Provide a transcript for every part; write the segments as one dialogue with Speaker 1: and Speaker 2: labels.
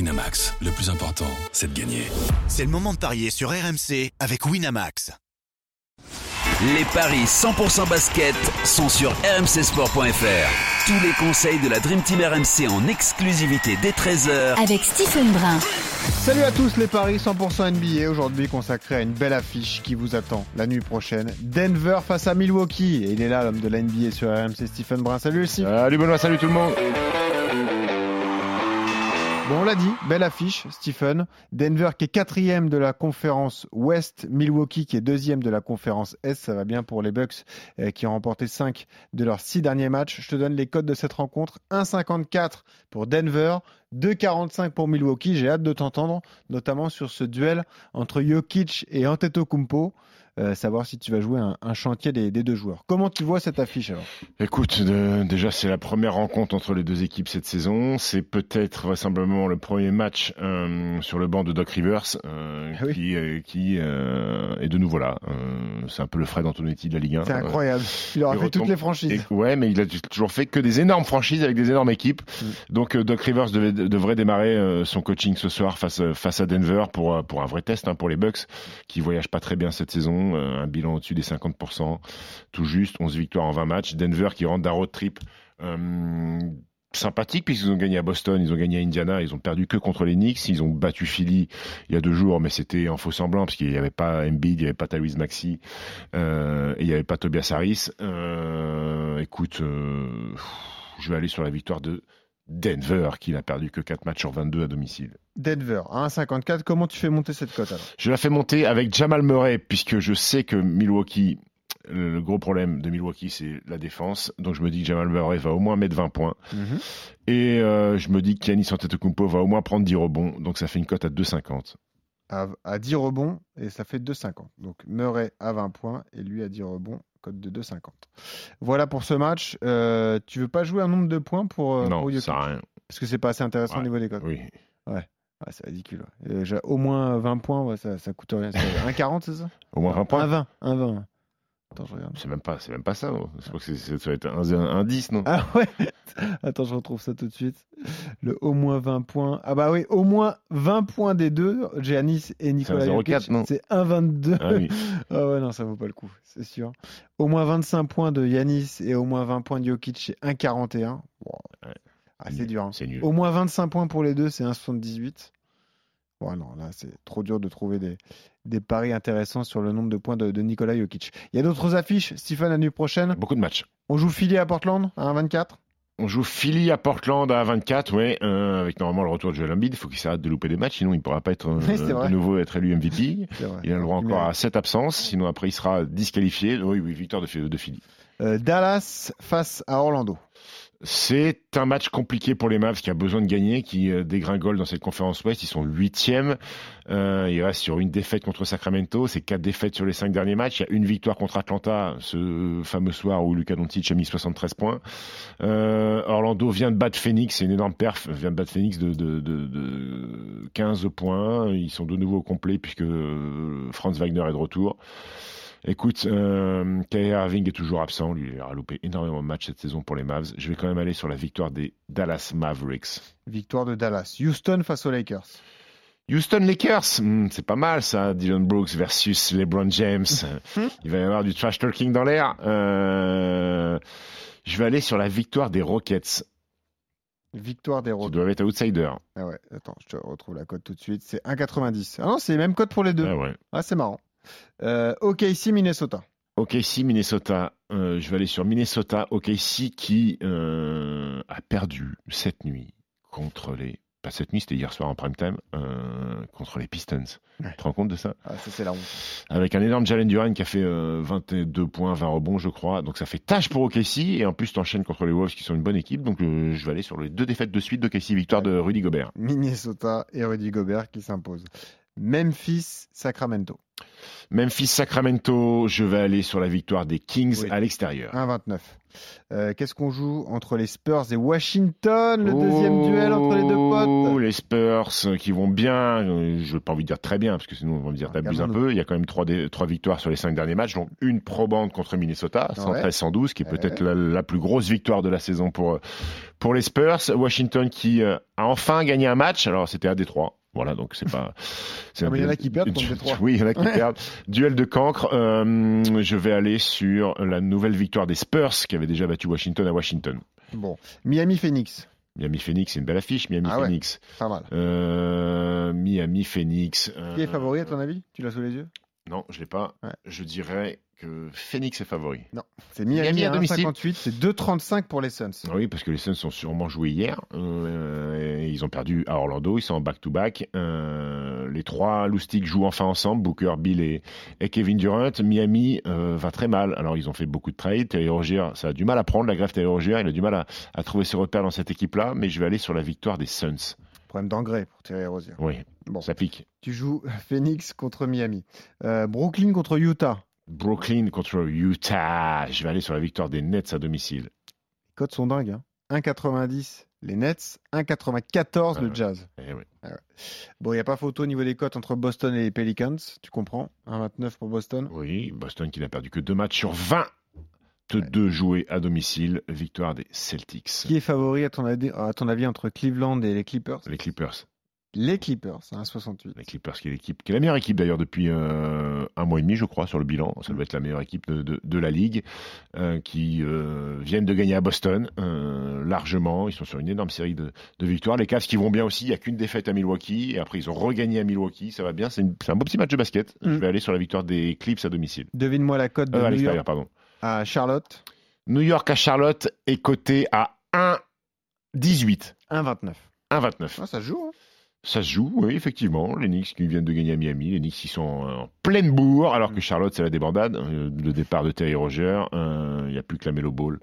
Speaker 1: Winamax, le plus important, c'est de gagner.
Speaker 2: C'est le moment de parier sur RMC avec Winamax.
Speaker 3: Les paris 100% basket sont sur rmcsport.fr. Tous les conseils de la Dream Team RMC en exclusivité dès 13h
Speaker 4: avec Stephen Brun.
Speaker 5: Salut à tous les paris 100% NBA aujourd'hui consacré à une belle affiche qui vous attend la nuit prochaine. Denver face à Milwaukee et il est là l'homme de la NBA sur RMC Stephen Brun. Salut Stephen.
Speaker 6: Salut Benoît, salut tout le monde.
Speaker 5: Bon, on l'a dit, belle affiche, Stephen. Denver qui est quatrième de la conférence Ouest, Milwaukee qui est deuxième de la conférence Est. Ça va bien pour les Bucks euh, qui ont remporté 5 de leurs 6 derniers matchs. Je te donne les codes de cette rencontre. 1,54 pour Denver, 2,45 pour Milwaukee. J'ai hâte de t'entendre, notamment sur ce duel entre Jokic et Antetokounmpo. Euh, savoir si tu vas jouer un, un chantier des, des, deux joueurs. Comment tu vois cette affiche alors
Speaker 6: Écoute, de, déjà c'est la première rencontre entre les deux équipes cette saison. C'est peut-être vraisemblablement le premier match euh, sur le banc de Doc Rivers euh,
Speaker 5: Ah oui.
Speaker 6: qui, qui euh, est de nouveau là. Euh, c'est un Euh, peu le Fred Antonetti de la Ligue 1.
Speaker 5: C'est incroyable. Il aura
Speaker 6: Ah, bah, il
Speaker 5: fait toutes
Speaker 6: retombe
Speaker 5: les franchises.
Speaker 6: Et- ouais, mais il a t- toujours fait que des énormes franchises avec des énormes équipes.
Speaker 5: Mm.
Speaker 6: Donc euh, Doc Rivers devait- devrait démarrer euh, son coaching ce soir face euh, face à Denver pour euh, pour un vrai test hein, pour les Bucks qui voyagent pas très bien cette saison, euh, un bilan au-dessus des 50 tout juste, 11 victoires en 20 matchs, Denver qui rentre d'un road trip euh, sympathique puisqu'ils ont gagné à Boston, ils ont gagné à Indiana, ils ont perdu que contre les Knicks, ils ont battu Philly il y a deux jours, mais c'était en faux semblant parce qu'il n'y avait pas Embiid, il n'y avait pas Talouise Maxi, euh, et il n'y avait pas Tobias Harris. Euh, écoute, euh, je vais aller sur la victoire de Denver, qui n'a perdu que 4 matchs sur 22 à domicile.
Speaker 5: Denver, à 1,54. Comment tu fais monter cette cote alors
Speaker 6: Je la fais monter avec Jamal Murray, puisque je sais que Milwaukee, le le gros problème de Milwaukee, c'est la défense. Donc je me dis que Jamal Murray va au moins mettre 20 points. Et euh, je me dis que Giannis Antetokounmpo va au moins prendre 10 rebonds. Donc ça fait une cote à 2,50.
Speaker 5: à, à 10 rebonds et ça fait 2,50. Donc Murray à 20 points et lui à 10 rebonds, code de 2,50. Voilà pour ce match. Euh, tu veux pas jouer un nombre de points pour, euh,
Speaker 6: non,
Speaker 5: pour
Speaker 6: ça
Speaker 5: Jokic
Speaker 6: sert à rien.
Speaker 5: Parce que c'est pas assez intéressant
Speaker 6: Ouais.
Speaker 5: au niveau des codes.
Speaker 6: Oui.
Speaker 5: Ah, c'est ridicule. ouais. Euh, j'ai au moins 20 points, ouais, ça, ça coûte rien. C'est 1,40 c'est ça
Speaker 6: Au moins 20 points.
Speaker 5: 1,20. 1,20. Attends, je regarde.
Speaker 6: C'est même pas, c'est même pas ça. oh. Je crois que c'est- c'est- ça va être un, un 10, non
Speaker 5: Ah ouais Attends, je retrouve ça tout de suite. Le au moins 20 points. Ah bah oui, au moins 20 points des deux, Giannis et Nicolas
Speaker 6: un
Speaker 5: Jokic.
Speaker 6: 0,4, non
Speaker 5: C'est 1,22.
Speaker 6: Ah oui.
Speaker 5: Ah ouais, non, ça vaut pas le coup, c'est sûr. Au moins 25 points de Yanis et au moins 20 points de Jokic, c'est 1,41. Wow.
Speaker 6: Ouais.
Speaker 5: Ah, c'est dur. hein.
Speaker 6: C'est nul.
Speaker 5: Au moins 25 points pour les deux, c'est 1,78. Bon, non, là, c'est trop dur de trouver des, des paris intéressants sur le nombre de points de, de Nikola Jokic. Il y a d'autres affiches, Stephen, la nuit prochaine.
Speaker 6: Beaucoup de matchs.
Speaker 5: On joue Philly à Portland hein, à 1,24.
Speaker 6: On joue Philly à Portland à 24, ouais, euh, avec normalement le retour de Joel Embiid. Il faut qu'il s'arrête de louper des matchs, sinon il ne pourra pas être euh,
Speaker 5: Oui, c'est vrai.
Speaker 6: de nouveau être élu MVP.
Speaker 5: C'est vrai.
Speaker 6: Il a le droit
Speaker 5: Il
Speaker 6: encore
Speaker 5: mérite.
Speaker 6: à 7 absences, sinon après il sera disqualifié. Oui, oui, victoire de, Phi- de Philly.
Speaker 5: Euh, Dallas face à Orlando.
Speaker 6: C'est un match compliqué pour les Mavs qui a besoin de gagner, qui euh, dégringole dans cette conférence Ouest. Ils sont huitièmes. Euh, ils restent sur une défaite contre Sacramento. C'est quatre défaites sur les cinq derniers matchs. Il y a une victoire contre Atlanta, ce fameux soir où Luka Doncic a mis 73 points. Euh, Orlando vient de battre Phoenix. C'est une énorme perf. Vient de battre Phoenix de, de, de, de 15 points. Ils sont de nouveau au complet puisque euh, Franz Wagner est de retour. Écoute, euh, Kyrie Irving est toujours absent. Lui, il aura loupé énormément de matchs cette saison pour les Mavs. Je vais quand même aller sur la victoire des Dallas Mavericks.
Speaker 5: Victoire de Dallas. Houston face aux Lakers.
Speaker 6: Houston Lakers, hmm, c'est pas mal ça, Dylan Brooks versus LeBron James. Il va y avoir du trash talking dans l'air. Euh, je vais aller sur la victoire des Rockets,
Speaker 5: Victoire des
Speaker 6: qui
Speaker 5: Rockets.
Speaker 6: doivent être outsiders.
Speaker 5: Ah ouais, attends, je te retrouve la cote tout de suite. C'est 1,90. Ah non, c'est les mêmes cotes pour les deux.
Speaker 6: Ah ouais.
Speaker 5: Ah, c'est marrant. Euh, OKC, Minnesota.
Speaker 6: OKC Minnesota, Euh, je vais aller sur Minnesota OKC qui euh, a perdu cette nuit contre les pas cette nuit, c'était hier soir en prime time euh, contre les Pistons.
Speaker 5: Ouais.
Speaker 6: Tu te rends compte de ça
Speaker 5: Ah, ça, c'est la honte.
Speaker 6: Avec un énorme Jalen Duran qui a fait euh, 22 points, 20 rebonds, je crois. Donc ça fait tâche pour OKC et en plus t'enchaînes contre les Wolves qui sont une bonne équipe. Donc euh, je vais aller sur les deux défaites de suite d'OKC, victoire de Rudy Gobert.
Speaker 5: Minnesota et Rudy Gobert qui s'imposent. Memphis, Sacramento.
Speaker 6: Memphis Sacramento, je vais aller sur la victoire des Kings
Speaker 5: Oui.
Speaker 6: à l'extérieur.
Speaker 5: 1-29. Euh, Qu'est-ce qu'on joue entre les Spurs et Washington Le deuxième duel entre les deux
Speaker 6: Oh,
Speaker 5: potes.
Speaker 6: Les Spurs euh, qui vont bien, euh, je veux pas envie de dire très bien, parce que sinon on va me
Speaker 5: Ah,
Speaker 6: dire t'abuses un
Speaker 5: Regardons-nous.
Speaker 6: peu. Il y a quand même trois, dé- trois victoires sur les cinq derniers matchs, donc une probante contre Minnesota,
Speaker 5: Ouais.
Speaker 6: 113-112, qui est peut-être la, la plus grosse victoire de la saison pour, euh, pour les Spurs. Washington qui euh, a enfin gagné un match, alors c'était à Détroit. Voilà, donc c'est pas. c'est
Speaker 5: Ah, mais il y en a
Speaker 6: duel-
Speaker 5: qui perdent contre Détroit.
Speaker 6: Oui, il y en a qui
Speaker 5: Ouais.
Speaker 6: perdent. Duel de cancre. euh, je vais aller sur la nouvelle victoire des Spurs qui avait déjà battu Washington à Washington.
Speaker 5: Bon, Miami Phoenix,
Speaker 6: Miami Phoenix, c'est une belle affiche, Miami
Speaker 5: Ah ouais.
Speaker 6: Phoenix.
Speaker 5: pas mal.
Speaker 6: Euh, Miami, Phoenix.
Speaker 5: Qui est
Speaker 6: euh,
Speaker 5: favori à ton avis Tu l'as sous les yeux
Speaker 6: Non, je l'ai pas.
Speaker 5: Ouais.
Speaker 6: Je dirais que Phoenix est favori.
Speaker 5: Non. C'est Miami,
Speaker 6: Miami à
Speaker 5: à
Speaker 6: domicile.
Speaker 5: 1,58. C'est 2,35 pour les Suns.
Speaker 6: Ah Oui, parce que les Suns ont sûrement joué hier. euh, et ils ont perdu à Orlando. Ils sont en back-to-back. Euh, les trois loustiques jouent enfin ensemble. Booker, Bill et, et Kevin Durant. Miami euh, va très mal. Alors, ils ont fait beaucoup de trades. Terry Rozier, ça a du mal à prendre. La grève Terry Rozier, il a du mal à, à trouver ses repères dans cette équipe-là. Mais je vais aller sur la victoire des Suns.
Speaker 5: Problème d'engrais pour Thierry Rosier.
Speaker 6: Oui,
Speaker 5: Bon.
Speaker 6: ça pique.
Speaker 5: Tu joues Phoenix contre Miami. Euh, Brooklyn contre Utah.
Speaker 6: Brooklyn contre Utah. Je vais aller sur la victoire des Nets à domicile.
Speaker 5: Les codes sont dingues. hein. 1,90 les Nets, 1,94
Speaker 6: Ah
Speaker 5: le
Speaker 6: ouais.
Speaker 5: Jazz.
Speaker 6: Eh oui.
Speaker 5: Bon, il n'y a pas photo au niveau des cotes entre Boston et les Pelicans, tu comprends 1,29 pour Boston.
Speaker 6: Oui, Boston qui n'a perdu que deux matchs sur 20. De deux joués à domicile. Victoire des Celtics.
Speaker 5: Qui est favori à ton, avis- à ton avis entre Cleveland et les Clippers
Speaker 6: Les Clippers.
Speaker 5: Les Clippers, hein, 1,68.
Speaker 6: Les Clippers qui est l'équipe, qui est la meilleure équipe d'ailleurs depuis euh, un mois et demi, je crois, sur le bilan. Ça doit être la meilleure équipe de, de- de la ligue, euh, qui euh, viennent de gagner à Boston euh, largement. Ils sont sur une énorme série de, de victoires. Les Cavs qui vont bien aussi. Il n'y a qu'une défaite à Milwaukee. Et après, ils ont regagné à Milwaukee. Ça va bien. C'est une- c'est un beau petit match de basket. Je
Speaker 5: Mm.
Speaker 6: vais aller sur la victoire des Clips à domicile.
Speaker 5: Devine-moi la cote de
Speaker 6: Euh, à
Speaker 5: New
Speaker 6: l'extérieur,
Speaker 5: York
Speaker 6: pardon.
Speaker 5: à Charlotte,
Speaker 6: New York à Charlotte est coté à 1,18.
Speaker 5: 1,29.
Speaker 6: 1,29.
Speaker 5: Ah, ça se joue, hein
Speaker 6: Ça se joue, oui, effectivement. Les Knicks qui viennent de gagner à Miami, les Knicks qui sont en pleine bourre, alors que Charlotte, c'est la débandade. Euh, Le départ de Terry Roger, il n'y a plus que la Melo Ball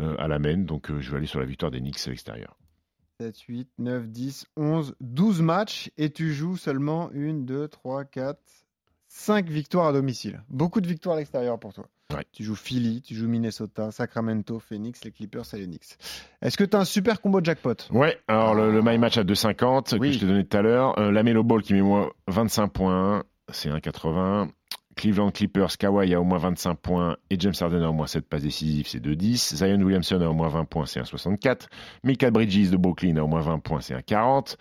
Speaker 6: euh, à la main, donc euh, je vais aller sur la victoire des Knicks à l'extérieur.
Speaker 5: 7, 8, 9, 10, 11, 12 matchs et tu joues seulement 1, 2, 3, 4, 5 victoires à domicile. Beaucoup de victoires à l'extérieur pour toi.
Speaker 6: Ouais.
Speaker 5: Tu joues Philly, tu joues Minnesota, Sacramento, Phoenix, les Clippers et les Knicks. Est-ce que tu as un super combo jackpot
Speaker 6: Ouais, alors le, le My Match à 2,50
Speaker 5: Oui.
Speaker 6: que je t'ai donné tout à l'heure. Euh, la Melo Ball qui met moins 25 points, c'est 1,80. Cleveland Clippers, Kawhi a au moins 25 points et James Harden a au moins 7 passes décisives, c'est 2,10. Zion Williamson a au moins 20 points, c'est 1,64. Mika Bridges de Brooklyn a au moins 20 points, c'est 1,40.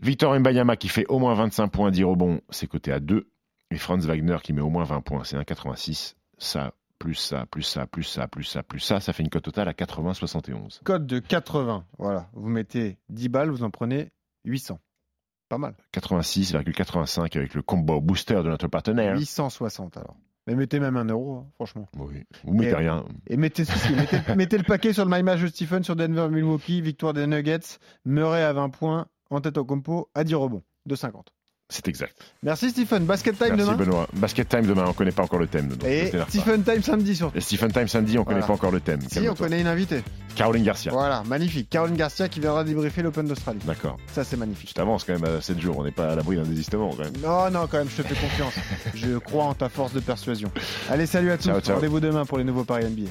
Speaker 6: Victor Mbayama qui fait au moins 25 points, 10 rebonds, c'est coté à 2. Et Franz Wagner qui met au moins 20 points, c'est 1,86. Ça, plus ça, plus ça, plus ça, plus ça, plus ça, ça fait une cote totale à 80,71.
Speaker 5: Code de 80. Voilà, vous mettez 10 balles, vous en prenez 800. Pas mal.
Speaker 6: 86,85 avec le combo booster de notre partenaire.
Speaker 5: 860 alors. Mais mettez même un euro, hein, franchement.
Speaker 6: Oui. Vous mettez
Speaker 5: Et-
Speaker 6: rien.
Speaker 5: Et mettez, ceci, mettez, mettez le paquet sur le My Match de Stephen sur Denver Milwaukee, victoire des Nuggets, Murray à 20 points, en tête au compo, à 10 rebonds, de 50.
Speaker 6: C'est exact.
Speaker 5: Merci Stephen, basket time
Speaker 6: Merci
Speaker 5: demain.
Speaker 6: Benoît. Basket time demain, on connaît pas encore le thème. donc ne
Speaker 5: Et
Speaker 6: t'énerve pas.
Speaker 5: Stephen time samedi surtout.
Speaker 6: Et Stephen time samedi, on
Speaker 5: Voilà.
Speaker 6: connaît pas encore le thème.
Speaker 5: Si, on
Speaker 6: Calme-toi.
Speaker 5: connaît une invitée.
Speaker 6: Caroline Garcia.
Speaker 5: Voilà, magnifique. Caroline Garcia qui viendra débriefer l'Open d'Australie.
Speaker 6: D'accord.
Speaker 5: Ça, c'est magnifique.
Speaker 6: Je t'avance quand même à 7 jours, on n'est pas à l'abri d'un désistement quand même.
Speaker 5: Non, non, quand même, je te fais confiance. je crois en ta force de persuasion. Allez, salut à tous.
Speaker 6: Ciao, ciao.
Speaker 5: Rendez-vous demain pour les nouveaux paris NBA.